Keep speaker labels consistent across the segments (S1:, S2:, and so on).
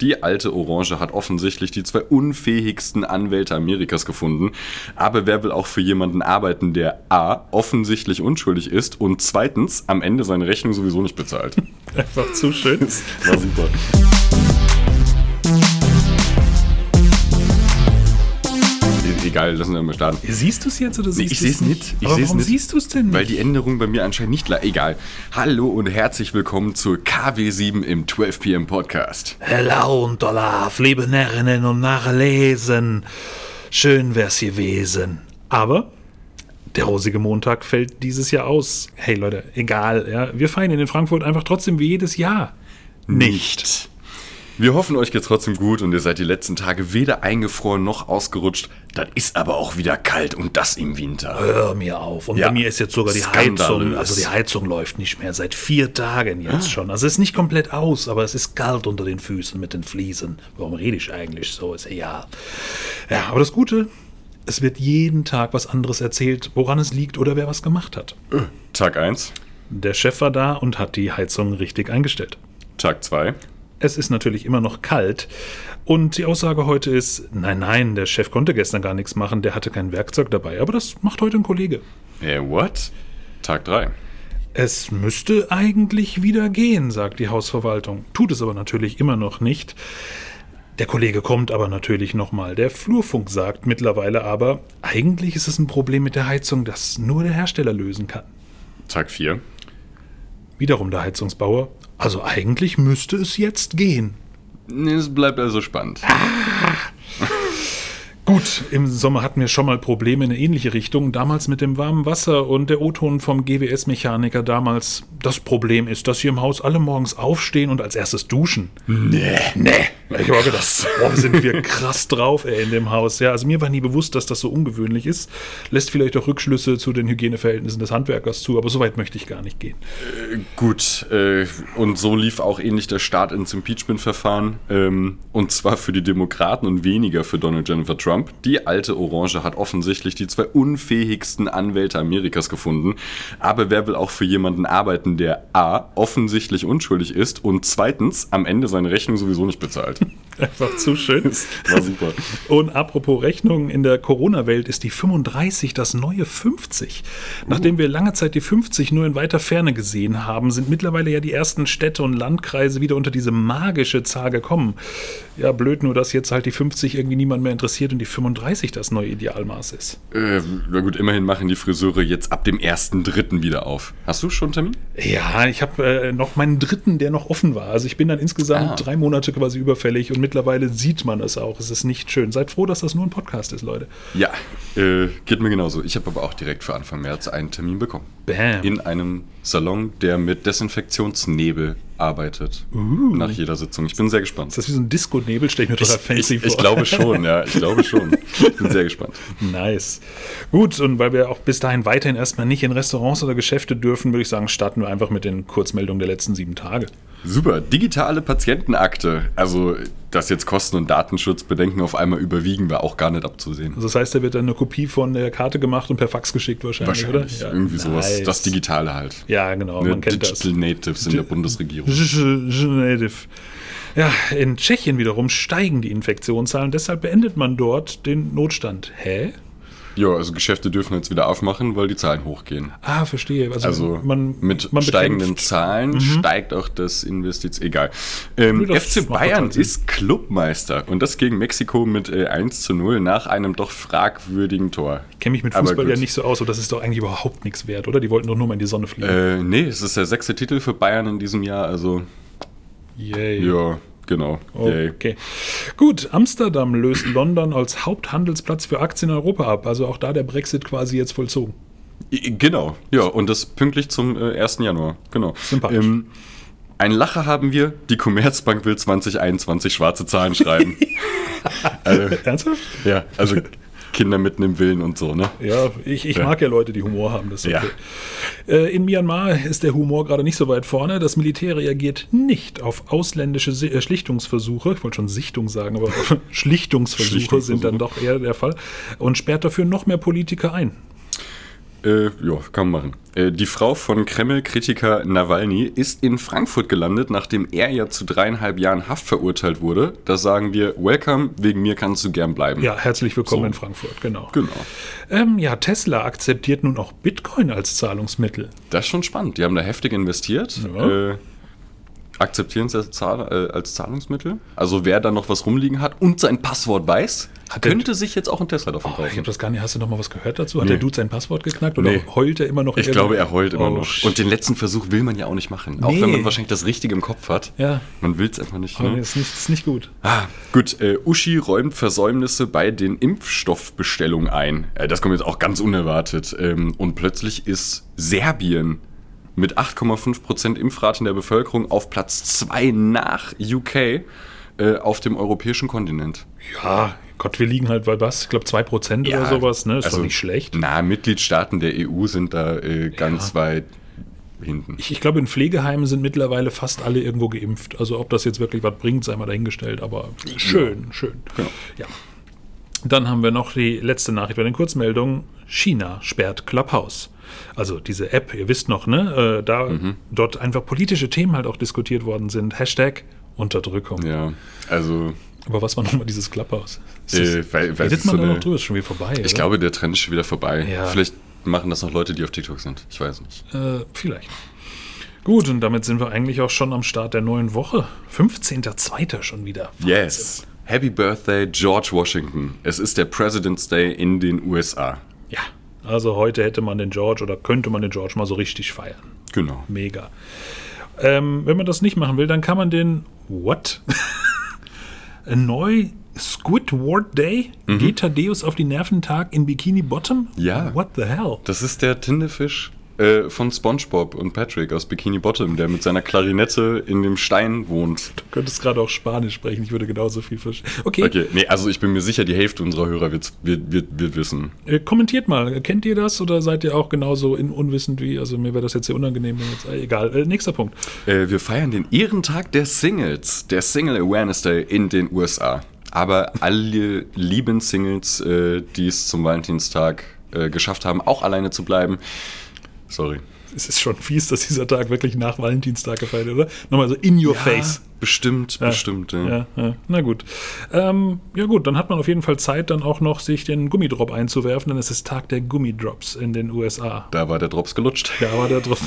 S1: Die alte Orange hat offensichtlich die zwei unfähigsten Anwälte Amerikas gefunden. Aber wer will auch für jemanden arbeiten, der A. offensichtlich unschuldig ist und zweitens am Ende seine Rechnung sowieso nicht bezahlt?
S2: Einfach zu schön.
S1: War super. E-, Egal, lassen wir mal starten.
S2: Siehst du es jetzt oder
S1: Nee,
S2: siehst
S1: ich
S2: du
S1: sehe es nicht. Ich
S2: Aber
S1: seh's
S2: warum
S1: nicht.
S2: siehst du es denn nicht?
S1: Weil die Änderung bei mir anscheinend nicht la Egal. Hallo und herzlich willkommen zur KW7 im 12 PM Podcast.
S2: Hello und Olaf, liebe Närrinnen und Nachlesen. Schön wär's gewesen. Aber der rosige Montag fällt dieses Jahr aus. Hey Leute, egal. Ja. Wir feiern ihn in Frankfurt einfach trotzdem wie jedes Jahr.
S1: Nicht. Wir hoffen, euch geht's trotzdem gut und ihr seid die letzten Tage weder eingefroren noch ausgerutscht. Dann ist aber auch wieder kalt und das im Winter.
S2: Hör mir auf. Und
S1: Ja.
S2: bei mir ist jetzt sogar die
S1: Skandalös. Ah.
S2: Heizung. Also die Heizung läuft nicht mehr seit vier Tagen jetzt schon. Also es ist nicht komplett aus, aber es ist kalt unter den Füßen mit den Fliesen. Warum rede ich eigentlich so? Ist egal. Ja, aber das Gute, es wird jeden Tag was anderes erzählt, woran es liegt oder wer was gemacht hat.
S1: Tag 1,
S2: Der Chef war da und hat die Heizung richtig eingestellt.
S1: Tag 2.
S2: Es ist natürlich immer noch kalt. Und die Aussage heute ist, nein, nein, der Chef konnte gestern gar nichts machen, der hatte kein Werkzeug dabei. Aber das macht heute ein Kollege.
S1: Äh, what? Tag 3.
S2: Es müsste eigentlich wieder gehen, sagt die Hausverwaltung. Tut es aber natürlich immer noch nicht. Der Kollege kommt aber natürlich nochmal. Der Flurfunk sagt mittlerweile aber, eigentlich ist es ein Problem mit der Heizung, das nur der Hersteller lösen kann.
S1: Tag 4.
S2: Wiederum der Heizungsbauer. Also eigentlich müsste es jetzt gehen.
S1: Es bleibt also spannend.
S2: Gut, im Sommer hatten wir schon mal Probleme in eine ähnliche Richtung, damals mit dem warmen Wasser und der O-Ton vom GWS-Mechaniker damals. Das Problem ist, dass hier im Haus alle morgens aufstehen und als erstes duschen.
S1: Nee.
S2: Nee, ich habe gedacht, boah, sind wir krass drauf ey, in dem Haus. Ja, also mir war nie bewusst, dass das so ungewöhnlich ist. Lässt vielleicht auch Rückschlüsse zu den Hygieneverhältnissen des Handwerkers zu, aber so weit möchte ich gar nicht gehen.
S1: Gut, äh, und so lief auch ähnlich der Start ins Impeachment-Verfahren. Ähm, und zwar für die Demokraten und weniger für Donald Jennifer Trump. Die alte Orange hat offensichtlich die zwei unfähigsten Anwälte Amerikas gefunden. Aber wer will auch für jemanden arbeiten, der A. offensichtlich unschuldig ist und zweitens am Ende seine Rechnung sowieso nicht bezahlt?
S2: Einfach zu schön.
S1: War super.
S2: Und apropos Rechnungen, in der Corona-Welt ist die 35 das neue 50. Nachdem wir lange Zeit die 50 nur in weiter Ferne gesehen haben, sind mittlerweile ja die ersten Städte und Landkreise wieder unter diese magische Zahl gekommen. Ja, blöd nur, dass jetzt halt die 50 irgendwie niemand mehr interessiert und die 35 das neue Idealmaß ist.
S1: Äh, na gut, immerhin machen die Friseure jetzt ab dem 1.3. wieder auf. Hast du schon einen Termin?
S2: Ja, ich habe äh, noch meinen dritten, der noch offen war. Also ich bin dann insgesamt
S1: Ah.
S2: drei Monate quasi überfällig und mittlerweile sieht man es auch. Es ist nicht schön. Seid froh, dass das nur ein Podcast ist, Leute.
S1: Ja, äh, geht mir genauso. Ich habe aber auch direkt für Anfang März einen Termin bekommen.
S2: Bam.
S1: In einem Salon, der mit Desinfektionsnebel arbeitet. Nach jeder Sitzung. Ich bin sehr gespannt.
S2: Ist Uh. das wie so ein Disco-Nebel? Stell ich mir total fancy
S1: ich, ich,
S2: vor.
S1: ich glaube schon, ja. Ich glaube schon. Ich bin sehr gespannt.
S2: Nice. Gut, und weil wir auch bis dahin weiterhin erstmal nicht in Restaurants oder Geschäfte dürfen, würde ich sagen, starten wir einfach mit den Kurzmeldungen der letzten sieben Tage.
S1: Super. Digitale Patientenakte. Also, dass jetzt Kosten- und Datenschutzbedenken auf einmal überwiegen, war auch gar nicht abzusehen.
S2: Also das heißt, da wird dann eine Kopie von der Karte gemacht und per Fax geschickt wahrscheinlich,
S1: Wahrscheinlich.
S2: oder? Ja,
S1: Irgendwie sowas.
S2: nice.
S1: Das Digitale halt.
S2: Ja, genau,
S1: Ne,
S2: man kennt das.
S1: Digital Natives in der Bundesregierung.
S2: Native. Ja, in Tschechien wiederum steigen die Infektionszahlen, deshalb beendet man dort den Notstand. Hä?
S1: Ja, also Geschäfte dürfen jetzt wieder aufmachen, weil die Zahlen hochgehen.
S2: Ah, verstehe. Also,
S1: Also
S2: man,
S1: mit
S2: man
S1: steigenden
S2: bekämpft-
S1: Zahlen steigt auch das Investiz. Egal. Ähm,
S2: Nö, das
S1: FC
S2: macht
S1: Bayern
S2: total Sinn.
S1: ist Clubmeister und das gegen Mexiko mit äh, 1 zu 0 nach einem doch fragwürdigen Tor.
S2: Ich kenne mich mit
S1: Aber
S2: Fußball ja
S1: gut.
S2: nicht so aus, aber das ist doch eigentlich überhaupt nichts wert, oder? Die wollten doch nur mal in die Sonne fliegen.
S1: Äh, nee, es ist der sechste Titel für Bayern in diesem Jahr, also
S2: Yay.
S1: ja, genau.
S2: Oh.
S1: Yay.
S2: Okay. Gut, Amsterdam löst London als Haupthandelsplatz für Aktien in Europa ab. Also auch da der Brexit quasi jetzt vollzogen.
S1: I- Genau, ja, und das pünktlich zum äh, 1. Januar. Genau.
S2: Sympathisch.
S1: ein Lacher haben wir, die Commerzbank will 2021 schwarze Zahlen schreiben. also,
S2: Ernsthaft?
S1: ja, also Kinder mitten im Willen und so, ne?
S2: Ja, ich, ich
S1: Ja.
S2: mag ja Leute, die Humor haben. Das ist okay. Äh, in Myanmar ist der Humor gerade nicht so weit vorne. Das Militär reagiert nicht auf ausländische Si- äh, Schlichtungsversuche. Ich wollte schon Sichtung sagen, aber Schlichtungsversuche sind dann doch eher der Fall. Und sperrt dafür noch mehr Politiker ein.
S1: Äh, ja, kann man machen. Äh, die Frau von Kreml-Kritiker Nawalny ist in Frankfurt gelandet, nachdem er ja zu dreieinhalb Jahren Haft verurteilt wurde. Da sagen wir, welcome, wegen mir kannst du gern bleiben.
S2: Ja, herzlich willkommen
S1: So.
S2: in Frankfurt, genau.
S1: Genau.
S2: Ähm, ja, Tesla akzeptiert nun auch Bitcoin als Zahlungsmittel.
S1: Das ist schon spannend. Die haben da heftig investiert.
S2: Ja.
S1: Äh, akzeptieren sie als, Zahl, äh, als Zahlungsmittel. Also wer da noch was rumliegen hat und sein Passwort weiß,
S2: Hat der-
S1: könnte sich jetzt auch einen Tesla davon
S2: Ich
S1: kaufen.
S2: habe das gar nicht. Hast du noch mal was gehört dazu? Hat
S1: Nee.
S2: der Dude sein Passwort geknackt oder
S1: Nee.
S2: heult er immer noch?
S1: Ich
S2: irgendwie?
S1: glaube, er heult immer
S2: Oh,
S1: noch.
S2: shit.
S1: Und den letzten Versuch will man ja auch nicht machen. Auch
S2: Nee.
S1: wenn man wahrscheinlich das Richtige im Kopf hat.
S2: Ja.
S1: Man will es einfach nicht.
S2: Oh,
S1: Ne?
S2: nee, ist, nicht, ist nicht gut.
S1: Ah, gut, äh, Uschi räumt Versäumnisse bei den Impfstoffbestellungen ein. Äh, das kommt jetzt auch ganz unerwartet. Ähm, und plötzlich ist Serbien mit 8,5% Impfrate in der Bevölkerung auf Platz 2 nach UK äh, auf dem europäischen Kontinent.
S2: Ja, Gott, wir liegen halt bei was? Ich glaube 2% oder sowas, ne? Ist
S1: also
S2: doch nicht schlecht.
S1: Na, Mitgliedstaaten der EU sind da äh, ganz weit hinten.
S2: Ich, ich glaube, in Pflegeheimen sind mittlerweile fast alle irgendwo geimpft. Also ob das jetzt wirklich was bringt, sei mal dahingestellt. Aber schön, schön. Ja. Dann haben wir noch die letzte Nachricht bei den Kurzmeldungen. China sperrt Clubhouse. Also diese App, ihr wisst noch, ne? Äh, da
S1: Mhm.
S2: dort einfach politische Themen halt auch diskutiert worden sind. Hashtag Unterdrückung.
S1: Ja, also
S2: Aber was war nochmal dieses Clubhouse? Ist
S1: Äh,
S2: das-
S1: weil- weil es
S2: redet
S1: ist
S2: man
S1: so
S2: da
S1: eine-
S2: noch drüber? Ist schon wieder vorbei.
S1: ich glaube, der Trend ist schon wieder vorbei.
S2: Ja.
S1: Vielleicht machen das noch Leute, die auf TikTok sind. Ich weiß nicht.
S2: Äh, vielleicht. Gut, und damit sind wir eigentlich auch schon am Start der neuen Woche. 15.02. schon wieder.
S1: Yes. Happy Birthday, George Washington. Es ist der President's Day in den USA.
S2: Ja. Also heute hätte man den George oder könnte man den George mal so richtig feiern.
S1: Genau.
S2: Mega. Ähm, wenn man das nicht machen will, dann kann man den What? Neu Squidward Day? Geht Thaddeus auf die Nerventag in Bikini Bottom?
S1: Ja.
S2: What the hell?
S1: Das ist der Tindefisch äh, von SpongeBob und Patrick aus Bikini Bottom, der mit seiner Klarinette in dem Stein wohnt.
S2: Du könntest gerade auch Spanisch sprechen, ich würde genauso viel verstehen. Okay,
S1: Okay, nee, also ich bin mir sicher, die Hälfte unserer Hörer wird, wird, wird, wird wissen.
S2: Äh, kommentiert mal. Kennt ihr das oder seid ihr auch genauso in unwissend wie? Also mir wäre das jetzt sehr unangenehm. Wenn jetzt, äh, egal. Äh, nächster Punkt.
S1: Äh, wir feiern den Ehrentag der Singles, der Single Awareness Day in den USA. Aber alle lieben Singles, äh, die es zum Valentinstag äh, geschafft haben, auch alleine zu bleiben. Sorry.
S2: Es ist schon fies, dass dieser Tag wirklich nach Valentinstag gefeiert wird, oder? Nochmal so in your face.
S1: Bestimmt, bestimmt. Ja.
S2: Ja, ja, na gut. Ähm, ja gut, dann hat man auf jeden Fall Zeit, dann auch noch sich den Gummidrop einzuwerfen, denn es ist Tag der Gummidrops in den USA.
S1: Da war der Drops gelutscht.
S2: Da war der drauf.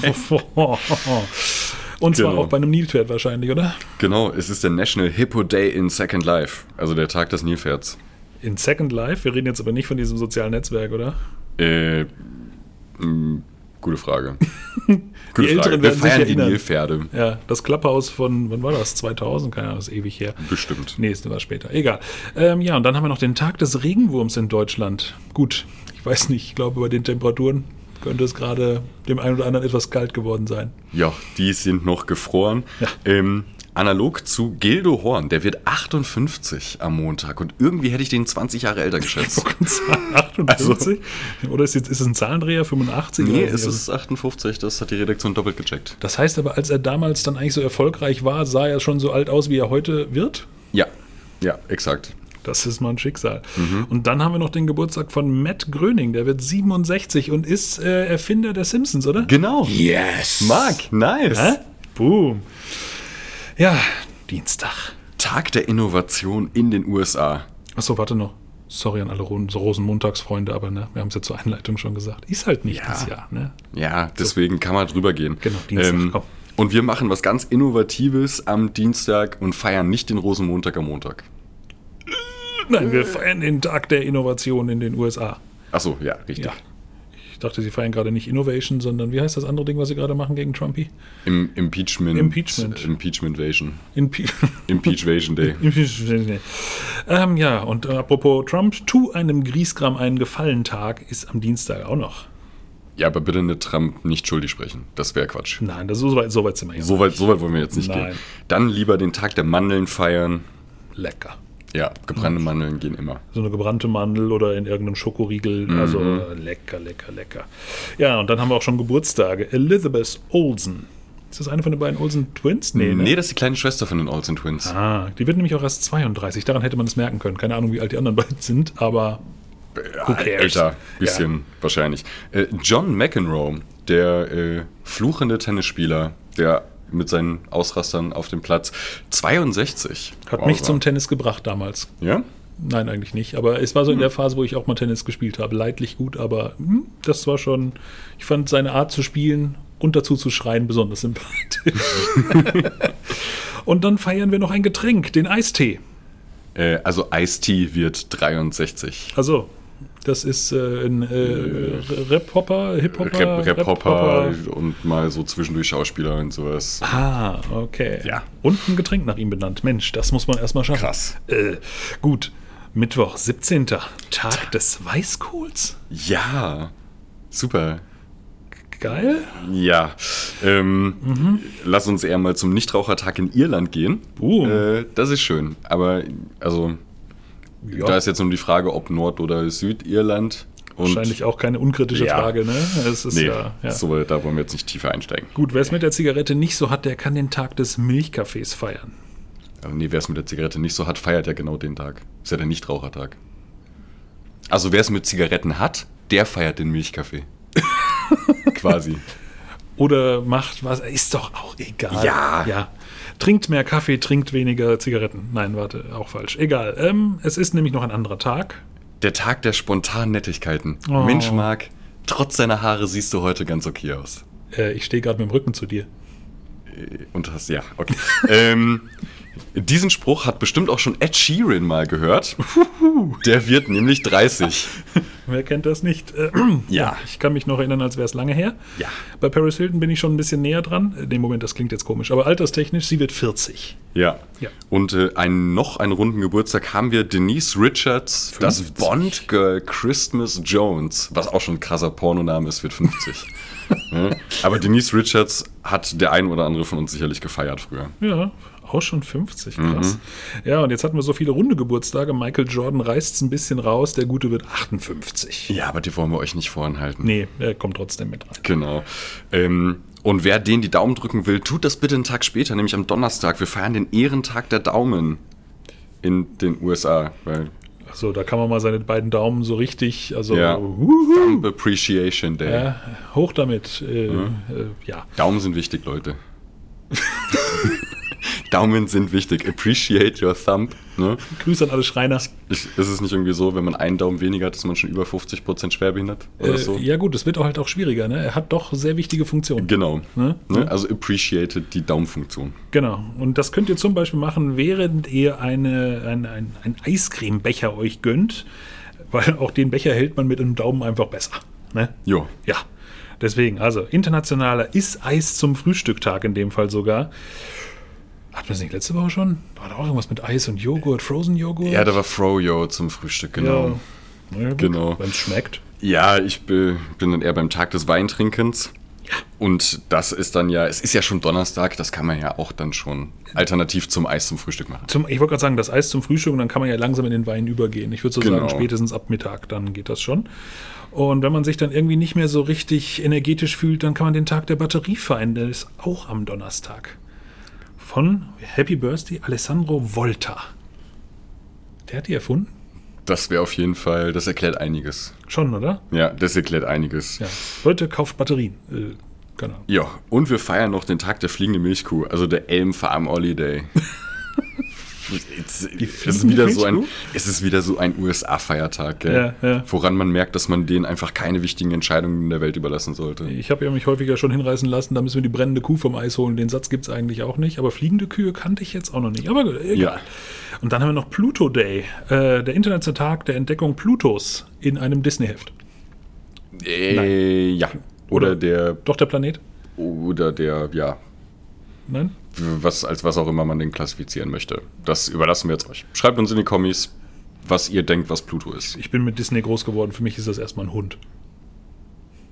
S2: Und zwar
S1: Genau.
S2: auch bei einem Nilpferd wahrscheinlich, oder?
S1: Genau, es ist der National Hippo Day in Second Life, also der Tag des Nilpferds.
S2: In Second Life, wir reden jetzt aber nicht von diesem sozialen Netzwerk, oder?
S1: Äh, mh, gute Frage. Gute
S2: Älteren
S1: Wir
S2: werden sich
S1: feiern die
S2: erinnern.
S1: Nilpferde.
S2: Ja, das Klapphaus von, wann war das? 2000? Keine Ahnung, ist ewig her.
S1: Bestimmt.
S2: Nee, ist war später. Egal. Ähm, ja, und dann haben wir noch den Tag des Regenwurms in Deutschland. Gut, ich weiß nicht, ich glaube, bei den Temperaturen könnte es gerade dem einen oder anderen etwas kalt geworden sein.
S1: Ja, die sind noch gefroren.
S2: Ja.
S1: Ähm, analog zu Gildo Horn, der wird 58 am Montag und irgendwie hätte ich den 20 Jahre älter geschätzt.
S2: 58? oder ist, jetzt, ist es ein Zahlendreher? 85?
S1: nee,
S2: Oder was?
S1: es ist 58, das hat die Redaktion doppelt gecheckt.
S2: das heißt aber, als er damals dann eigentlich so erfolgreich war, sah er schon so alt aus, wie er heute wird?
S1: Ja, ja, exakt.
S2: Das ist mal ein Schicksal. Und dann haben wir noch den Geburtstag von Matt Gröning. Der wird 67 und ist äh, Erfinder der Simpsons, oder?
S1: Genau. Yes. Marc, nice.
S2: Hä? Boom. Ja, Dienstag.
S1: Tag der Innovation in den USA.
S2: Achso, warte noch. Sorry an alle Ro- so Rosenmontagsfreunde, aber ne, wir haben es ja zur Einleitung schon gesagt. Ist halt nicht dieses Jahr. Ne?
S1: Ja, deswegen kann man drüber gehen. Ähm,
S2: Genau, Dienstag, komm.
S1: und wir machen was ganz Innovatives am Dienstag und feiern nicht den Rosenmontag am Montag.
S2: Nein, wir feiern den Tag der Innovation in den USA.
S1: Achso, ja, richtig.
S2: Ja. Ich dachte, sie feiern gerade nicht Innovation, sondern wie heißt das andere Ding, was sie gerade machen gegen Trumpy?
S1: Im Impeachment.
S2: Impeachment.
S1: Impeachmentation.
S2: In Pi-
S1: Impeachvation Day.
S2: ähm, ja, und äh, apropos Trump, tu einem Griesgram einen Gefallentag ist am Dienstag auch noch.
S1: Ja, aber bitte nicht Trump nicht schuldig sprechen. Das wäre Quatsch.
S2: Nein, das ist so weit, so weit sind wir ja.
S1: So weit, so weit wollen wir jetzt nicht
S2: Nein.
S1: gehen. Dann lieber den Tag der Mandeln feiern.
S2: lecker.
S1: Ja, gebrannte
S2: Hm.
S1: Mandeln gehen immer.
S2: so eine gebrannte Mandel oder in irgendeinem Schokoriegel.
S1: Mhm.
S2: Also äh, lecker, lecker, lecker. Ja, und dann haben wir auch schon Geburtstage. Elizabeth Olsen. Ist das eine von den beiden Olsen Twins?
S1: Nee,
S2: ne?
S1: das ist die kleine Schwester von den Olsen Twins.
S2: Ah, die wird nämlich auch erst 32. Daran hätte man es merken können. Keine Ahnung, wie alt die anderen beiden sind, aber
S1: Who cares? Älter, bisschen ja. wahrscheinlich. Äh, John McEnroe, der äh, fluchende Tennisspieler, der mit seinen Ausrastern auf dem Platz 62.
S2: Hat wow, mich war. zum Tennis gebracht damals.
S1: Ja?
S2: Nein, eigentlich nicht. Aber es
S1: Hm.
S2: war so in der Phase, wo ich auch mal Tennis gespielt habe. Leidlich gut, aber hm, das war schon. Ich fand seine Art zu spielen und dazu zu schreien besonders sympathisch. und dann feiern wir noch ein Getränk, den Eistee.
S1: Äh, also Eistee wird 63.
S2: Also. Das ist äh, ein äh, Rap-Hopper, Hip-Hopper.
S1: Rap-Hopper Rap und mal so zwischendurch Schauspieler und sowas.
S2: Ah, okay.
S1: Ja.
S2: Und ein Getränk nach ihm benannt. Mensch, das muss man erstmal schaffen.
S1: Krass.
S2: Äh, gut, Mittwoch, 17. Tag des Weißkohls.
S1: Ja, super.
S2: Geil.
S1: Ja. Ähm, mhm. Lass uns eher mal zum Nichtrauchertag in Irland gehen.
S2: Uh.
S1: Äh, das ist schön. Aber, also, ja. Da ist jetzt nur die Frage, ob Nord- oder Südirland.
S2: Und Wahrscheinlich auch keine unkritische ja. Frage, ne?
S1: Es ist nee, ja, ja. So, da wollen wir jetzt nicht tiefer einsteigen.
S2: Gut, wer es mit der Zigarette nicht so hat, der kann den Tag des Milchkaffees feiern.
S1: Also nee, wer es mit der Zigarette nicht so hat, feiert ja genau den Tag. Ist ja der Nichtrauchertag. Also wer es mit Zigaretten hat, der feiert den Milchkaffee. Quasi.
S2: Oder macht was, ist doch auch egal.
S1: Ja.
S2: ja. Trinkt mehr Kaffee, trinkt weniger Zigaretten. Nein, warte, auch falsch. Egal. Ähm, es ist nämlich noch ein anderer Tag.
S1: Der Tag der spontanen Nettigkeiten. Oh. Mensch, Marc, trotz deiner Haare siehst du heute ganz okay aus. Äh,
S2: Äh, ich stehe gerade mit dem Rücken zu dir.
S1: Und hast, ja, okay. ähm, diesen Spruch hat bestimmt auch schon Ed Sheeran mal gehört. Der wird nämlich 30.
S2: Wer kennt das nicht? Äh,
S1: ja.
S2: Ich kann mich noch erinnern, als wäre es lange her.
S1: Ja.
S2: Bei Paris Hilton bin ich schon ein bisschen näher dran. Den Moment, das klingt jetzt komisch, aber alterstechnisch, sie wird 40.
S1: Ja.
S2: ja.
S1: Und äh, einen, noch einen runden Geburtstag haben wir Denise Richards, 50. das Bond Girl Christmas Jones, was auch schon ein krasser Pornoname ist, wird 50. ja. Aber Denise Richards hat der ein oder andere von uns sicherlich gefeiert früher.
S2: Ja, auch schon 50, krass. Mhm. Ja, und jetzt hatten wir so viele runde Geburtstage. Michael Jordan reißt es ein bisschen raus, der Gute wird 58.
S1: Ja, aber die wollen wir euch nicht vorenthalten.
S2: Nee, er kommt trotzdem mit rein.
S1: Genau. Ähm, und wer denen die Daumen drücken will, tut das bitte einen Tag später, nämlich am Donnerstag. Wir feiern den Ehrentag der Daumen in den USA, weil
S2: so, Also, da kann man mal seine beiden Daumen so richtig, also
S1: ja. Wuhu. Thumb Appreciation Day.
S2: Ja, hoch damit. Äh, mhm. äh, ja.
S1: Daumen sind wichtig, Leute. Daumen sind wichtig. Appreciate your thumb. Ne?
S2: Grüße an alle Schreiner.
S1: Ich, ist es nicht irgendwie so, wenn man einen Daumen weniger hat, ist man schon über 50% schwerbehindert oder
S2: äh,
S1: so?
S2: Ja gut, es wird auch halt auch schwieriger. Ne? Er hat doch sehr wichtige Funktionen.
S1: Genau.
S2: Hm?
S1: Ne? Ne? Also appreciated die Daumenfunktion.
S2: Genau. Und das könnt ihr zum Beispiel machen, während ihr eine, ein, ein, ein Eiscremebecher euch gönnt, weil auch den Becher hält man mit einem Daumen einfach besser. Ne?
S1: Jo.
S2: Ja. Deswegen, also internationaler Ist-Eis zum Frühstücktag in dem Fall sogar. Hatten wir es nicht letzte Woche schon? War da auch irgendwas mit Eis und Joghurt, Frozen Joghurt?
S1: Ja, da war Froyo zum Frühstück, genau.
S2: Ja. Ja,
S1: genau.
S2: Wenn es schmeckt.
S1: Ja, ich bin dann eher beim Tag des Weintrinkens.
S2: Ja.
S1: Und das ist dann ja, es ist ja schon Donnerstag, das kann man ja auch dann schon alternativ zum Eis zum Frühstück machen.
S2: Zum, ich wollte gerade sagen, das Eis zum Frühstück und dann kann man ja langsam in den Wein übergehen. Ich würde so genau. sagen, spätestens ab Mittag, dann geht das schon. Und wenn man sich dann irgendwie nicht mehr so richtig energetisch fühlt, dann kann man den Tag der Batterie feiern. Der ist auch am Donnerstag von Happy Birthday Alessandro Volta. Der hat die erfunden?
S1: Das wäre auf jeden Fall, das erklärt einiges.
S2: Schon, oder?
S1: Ja, das erklärt einiges. Ja.
S2: Leute, kauft Batterien. Äh, genau.
S1: Ja, und wir feiern noch den Tag der fliegenden Milchkuh, also der Elm Farm Holiday. es, ist wieder so ein, es ist wieder so ein USA-Feiertag,
S2: ja, ja.
S1: woran man merkt, dass man denen einfach keine wichtigen Entscheidungen in der Welt überlassen sollte.
S2: Ich habe ja mich häufiger schon hinreißen lassen, da müssen wir die brennende Kuh vom Eis holen. Den Satz gibt es eigentlich auch nicht, aber fliegende Kühe kannte ich jetzt auch noch nicht. Aber egal. Ja. Und dann haben wir noch Pluto Day, äh, der internationale Tag der Entdeckung Plutos in einem Disney-Heft.
S1: Äh, ja. Oder, Oder der.
S2: Doch der Planet?
S1: Oder der, ja.
S2: Nein?
S1: was, als was auch immer man den klassifizieren möchte. Das überlassen wir jetzt euch. Schreibt uns in die Kommis, was ihr denkt, was Pluto ist.
S2: Ich bin mit Disney groß geworden. Für mich ist das erstmal ein Hund.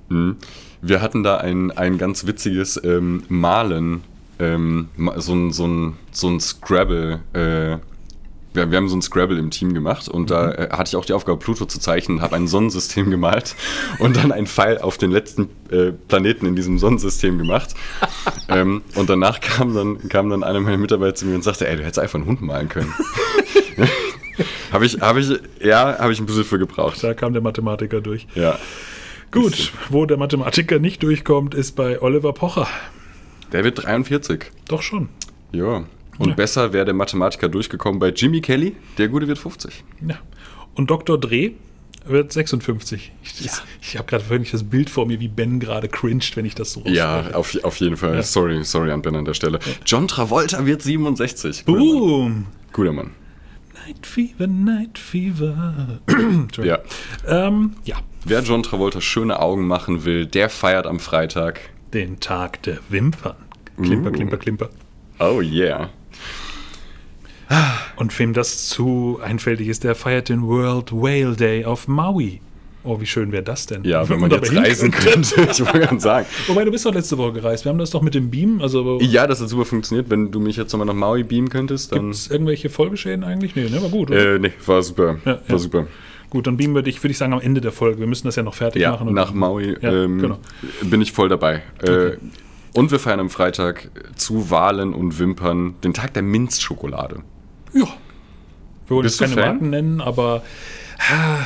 S1: Hm. Wir hatten da ein, ein ganz witziges ähm, Malen, ähm, so ein, so ein, so ein Scrabble. Äh, wir, wir, haben so ein Scrabble im Team gemacht und mhm. da äh, hatte ich auch die Aufgabe, Pluto zu zeichnen, habe ein Sonnensystem gemalt und dann einen Pfeil auf den letzten äh, Planeten in diesem Sonnensystem gemacht. ähm, und danach kam dann, kam dann einer meiner Mitarbeiter zu mir und sagte, ey, du hättest einfach einen Hund malen können. Habe ich, habe ich, ja, habe ich ein bisschen für gebraucht.
S2: Da kam der Mathematiker durch.
S1: Ja.
S2: Gut, wo der Mathematiker nicht durchkommt, ist bei Oliver Pocher.
S1: Der wird 43.
S2: Doch schon.
S1: Ja. Und
S2: Ja.
S1: besser wäre der Mathematiker durchgekommen bei Jimmy Kelly. Der Gute wird 50.
S2: Ja. Und Dr. Dreh wird 56. Ich, ich habe gerade wirklich das Bild vor mir, wie Ben gerade cringed, wenn ich das so
S1: Ja,
S2: ausspreche.
S1: auf, auf jeden Fall.
S2: Ja.
S1: Sorry, sorry an Ben an der Stelle. John Travolta wird 67. Guter Mann.
S2: Boom!
S1: Guter Mann.
S2: Night Fever, Night Fever. Entschuldigung.
S1: Ja.
S2: Ähm, ja,
S1: Wer John Travolta schöne Augen machen will, der feiert am Freitag.
S2: den Tag der Wimpern. Klimper,
S1: Uh.
S2: klimper, klimper.
S1: Oh yeah.
S2: Und wem das zu einfältig ist, der feiert den World Whale Day auf Maui. Oh, wie schön wäre das denn?
S1: Ja, wenn man
S2: dabei
S1: jetzt reisen
S2: hinkommt.
S1: könnte. Ich wollte gerade sagen.
S2: Wobei, du bist doch letzte Woche gereist. Wir haben das doch mit dem Beam. Also,
S1: Ja, das hat super funktioniert. Wenn du mich jetzt nochmal nach Maui beamen könntest, dann.
S2: gibt's irgendwelche Folgeschäden eigentlich? Nee, ne, war gut. Oder?
S1: Äh, nee, war super.
S2: Ja,
S1: war
S2: ja.
S1: super.
S2: Gut, dann beamen wir dich, würde ich sagen, am Ende der Folge. Wir müssen das ja noch fertig
S1: Ja,
S2: machen. und-
S1: nach Maui
S2: Ja,
S1: ähm,
S2: genau.
S1: bin ich voll dabei. Äh, und wir feiern am Freitag zu Wahlen und Wimpern den Tag der Minzschokolade.
S2: Ja. Wir wollen
S1: Bist
S2: jetzt
S1: du
S2: keine
S1: Fan?
S2: Marken nennen, aber. ah,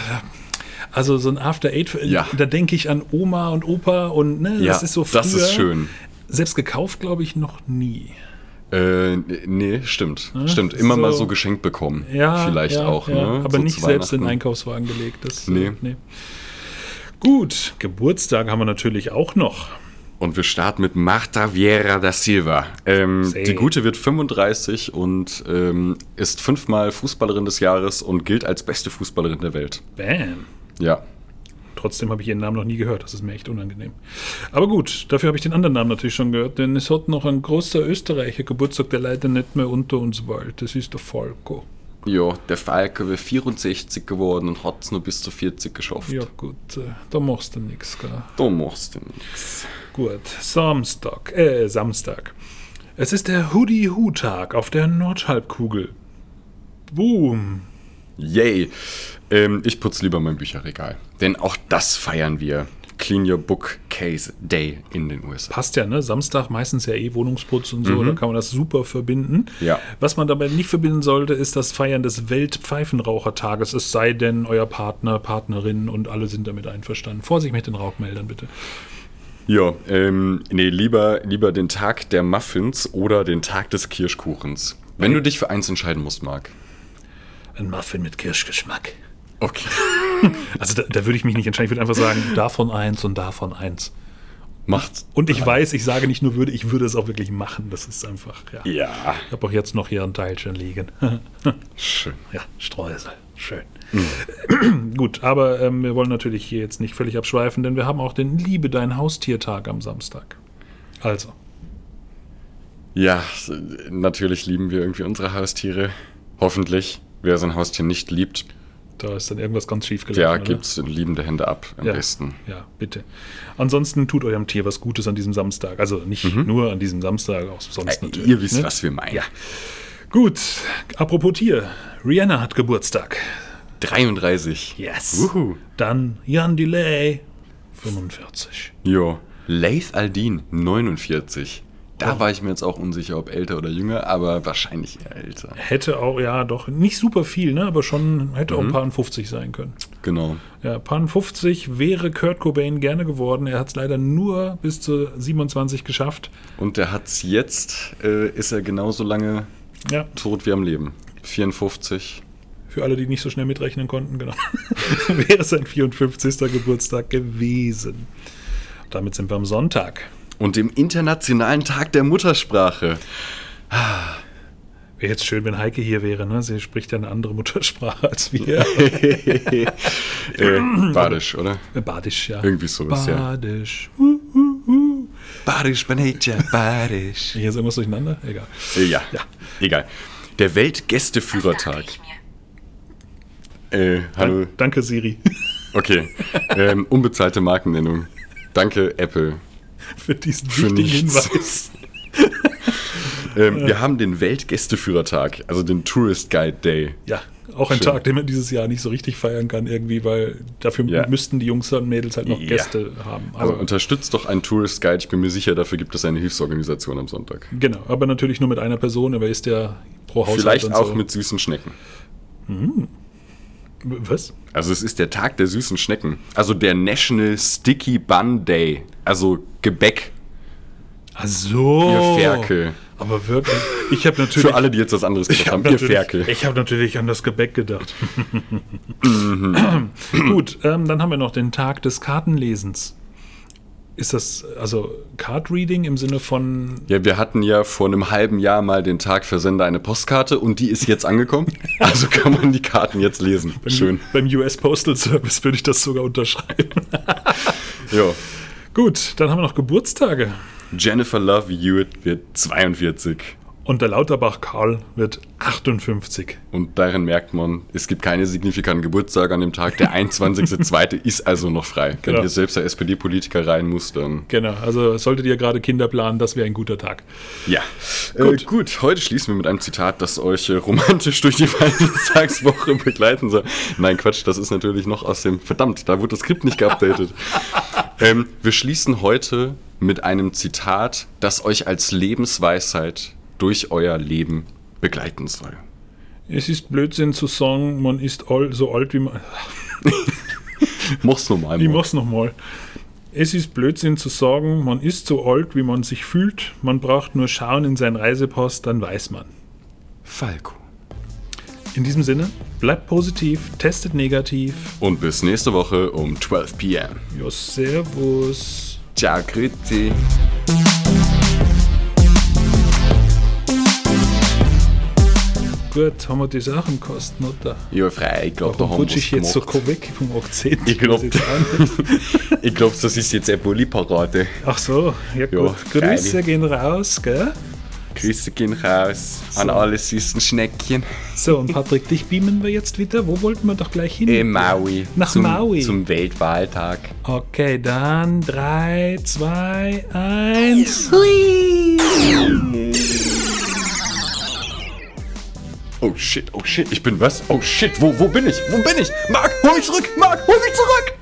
S2: Also so ein After Eight,
S1: Ja.
S2: da denke ich an Oma und Opa und ne, das ist so früher.
S1: das ist schön.
S2: Selbst gekauft, glaube ich, noch nie.
S1: Äh, nee, stimmt. stimmt.
S2: Ah, das
S1: Immer
S2: ist
S1: mal
S2: so-
S1: so geschenkt bekommen.
S2: Ja,
S1: Vielleicht
S2: ja,
S1: auch.
S2: ja,
S1: ne?
S2: Aber
S1: so
S2: nicht
S1: zu
S2: selbst in den
S1: Weihnachten.
S2: Einkaufswagen gelegt. Das,
S1: Nee.
S2: äh, Gut, Geburtstag haben wir natürlich auch noch.
S1: Und wir starten mit Marta Vieira da Silva. Ähm,
S2: Say.
S1: die Gute wird 35 und ähm, ist fünfmal Fußballerin des Jahres und gilt als beste Fußballerin der Welt.
S2: Bam.
S1: Ja.
S2: Trotzdem habe ich ihren Namen noch nie gehört. Das ist mir echt unangenehm. Aber gut, dafür habe ich den anderen Namen natürlich schon gehört, denn es hat noch ein großer Österreicher Geburtstag, der leider nicht mehr unter uns weilt. Das ist der Falco.
S1: Ja, der Falke wird 64 geworden und hat es nur bis zu 40 geschafft.
S2: Ja, gut, äh, da machst du nichts, gell?
S1: Du machst du nichts.
S2: Gut, Samstag, äh, Samstag. Es ist der Hoodie-Hu-Tag auf der Nordhalbkugel. Boom.
S1: Yay. Ähm, ich putze lieber mein Bücherregal. Denn auch das feiern wir. Clean Your Bookcase Day in den USA.
S2: passt ja, ne? Samstag meistens ja eh Wohnungsputz und so, da kann man das super verbinden.
S1: Ja.
S2: Was man dabei nicht verbinden sollte, ist das Feiern des Weltpfeifenrauchertages, es sei denn, euer Partner, Partnerin und alle sind damit einverstanden. Vorsicht mit den Rauchmeldern, bitte.
S1: Ja, ähm, nee, lieber, lieber den Tag der Muffins oder den Tag des Kirschkuchens. Wenn du dich für eins entscheiden musst, Marc.
S2: Ein Muffin mit Kirschgeschmack.
S1: Okay.
S2: Also da, da würde ich mich nicht entscheiden, ich würde einfach sagen, davon eins und davon eins.
S1: Macht's.
S2: Und ich weiß, ich sage nicht nur würde, ich würde es auch wirklich machen. Das ist einfach, ja.
S1: Ja.
S2: Ich habe auch jetzt noch hier ein Teilchen liegen.
S1: Schön.
S2: Ja, Streusel. Schön. Gut, aber ähm, wir wollen natürlich hier jetzt nicht völlig abschweifen, denn wir haben auch den Liebe dein Haustiertag am Samstag. Also,
S1: Ja, s- natürlich lieben wir irgendwie unsere Haustiere. Hoffentlich. Wer sein Haustier nicht liebt,
S2: da ist dann irgendwas ganz schief gelaufen.
S1: der
S2: oder?
S1: gibt's in liebende Hände ab am
S2: ja,
S1: besten.
S2: Ja, bitte. Ansonsten tut eurem Tier was Gutes an diesem Samstag. Also nicht nur an diesem Samstag, auch sonst natürlich.
S1: Mhm. Äh, Ihr wisst,
S2: ne?
S1: was wir meinen.
S2: Ja. Gut, apropos Tier. Rihanna hat Geburtstag.
S1: 33.
S2: Yes.
S1: Wuhu.
S2: Dann Jan Delay, 45.
S1: Jo. Leith Aldin, 49. Da war ich mir jetzt auch unsicher, ob älter oder jünger, aber wahrscheinlich eher älter.
S2: Hätte auch, ja, doch, nicht super viel, ne? aber schon hätte
S1: Mhm.
S2: auch ein paar und 50 sein können.
S1: Genau.
S2: Ja, Pan 50 wäre Kurt Cobain gerne geworden. Er hat es leider nur bis zu 27 geschafft.
S1: Und der hat's jetzt, äh, ist er genauso lange
S2: Ja,
S1: tot wie am Leben. 54.
S2: für alle, die nicht so schnell mitrechnen konnten, genau. wäre sein 54. Geburtstag gewesen. Damit sind wir am Sonntag.
S1: Und dem Internationalen Tag der Muttersprache.
S2: Wäre jetzt schön, wenn Heike hier wäre. Ne? Sie spricht ja eine andere Muttersprache als wir.
S1: äh, Badisch, oder?
S2: Badisch, ja.
S1: Irgendwie sowas, ja.
S2: Badisch. Uh, uh, uh.
S1: Badisch, Benetja, Badisch.
S2: Hier ist irgendwas durcheinander? Egal.
S1: Äh, Ja,
S2: Ja.
S1: egal. Der Weltgästeführertag.
S3: Dachte ich mir.
S1: Äh, hallo.
S2: Danke, Siri.
S1: Okay. ähm, unbezahlte Markennennung. Danke, Apple.
S2: für diesen
S1: Für
S2: wichtigen
S1: nichts.
S2: Hinweis.
S1: Ähm, Wir haben den Weltgästeführertag, also den Tourist Guide Day.
S2: Ja, auch ein
S1: Schön.
S2: Tag, den man dieses Jahr nicht so richtig feiern kann, irgendwie, weil dafür
S1: Ja.
S2: müssten die Jungs und Mädels halt noch
S1: Ja.
S2: Gäste haben. Aber,
S1: Also unterstützt doch einen Tourist Guide. Ich bin mir sicher, dafür gibt es eine Hilfsorganisation am Sonntag.
S2: genau, aber natürlich nur mit einer Person, aber ist der pro Haushalt
S1: Vielleicht
S2: und
S1: auch
S2: so.
S1: mit süßen Schnecken.
S2: Mhm. Was?
S1: Also es ist der Tag der süßen Schnecken. Also der National Sticky Bun Day. Also Gebäck.
S2: Ach so.
S1: Ihr Ferkel.
S2: Aber wirklich, ich habe natürlich.
S1: Für alle, die jetzt was anderes
S2: ich
S1: gemacht
S2: hab
S1: haben, ihr
S2: natürlich-
S1: Ferkel.
S2: Ich habe natürlich an das Gebäck gedacht.
S1: Mhm.
S2: Gut, ähm, dann haben wir noch den Tag des Kartenlesens. Ist das also Card Reading im Sinne von
S1: Ja, wir hatten ja vor einem halben Jahr mal den Tag Versender eine Postkarte und die ist jetzt angekommen. Also kann man die Karten jetzt lesen. Schön.
S2: beim US Postal Service würde ich das sogar unterschreiben.
S1: Ja.
S2: Gut, dann haben wir noch Geburtstage.
S1: Jennifer Love Hewitt wird 42.
S2: Und der Lauterbach Karl wird 58.
S1: Und darin merkt man, es gibt keine signifikanten Geburtstage an dem Tag. Der 21.02. ist also noch frei. Wenn
S2: Genau.
S1: hier selbst der SPD-Politiker rein muss, dann.
S2: Genau, also solltet ihr gerade Kinder planen, das wäre ein guter Tag.
S1: Ja. Gut. Äh, gut, heute schließen wir mit einem Zitat, das euch äh, romantisch durch die Valentinstagswoche begleiten soll. Nein, Quatsch, das ist natürlich noch aus dem. Verdammt, da wurde das Skript nicht geupdatet. ähm, wir schließen heute mit einem Zitat, das euch als Lebensweisheit durch euer Leben begleiten soll.
S2: Es ist Blödsinn zu sagen, man ist all, so alt wie man.
S1: Mach's normal.
S2: Ich
S1: Mo.
S2: mach's nochmal. Es ist Blödsinn zu sagen, man ist so alt, wie man sich fühlt. Man braucht nur schauen in seinen Reisepass, dann weiß man.
S1: Falco.
S2: In diesem Sinne, bleibt positiv, testet negativ.
S1: Und bis nächste Woche um 12 p.m.
S2: Ja, servus.
S1: Ciao, grüezi.
S2: Gut, haben wir die Sachen gekostet, oder?
S1: Ja, frei, ich glaube, da haben
S2: Rutsche
S1: wir's
S2: ich jetzt so
S1: gemacht.
S2: kaum weg vom Akzent.
S1: Ich glaub-
S2: Das ist auch nicht-
S1: Ich glaube, das ist jetzt eine Bulli-Parade.
S2: Ach so, ja gut.
S1: freilich.
S2: Grüße gehen raus, gell?
S1: Grüße gehen raus an alle süßen Schneckchen.
S2: So, und Patrick, dich beamen wir jetzt wieder. Wo wollten wir doch gleich hin?
S1: Äh, Maui.
S2: Nach
S1: zum,
S2: Maui.
S1: Zum Weltwahltag.
S2: Okay, dann 3, 2, 1.
S1: Oh shit, oh shit, ich bin was? Oh shit, wo, wo bin ich? Wo bin ich? Marc, hol mich zurück! Marc, hol mich zurück!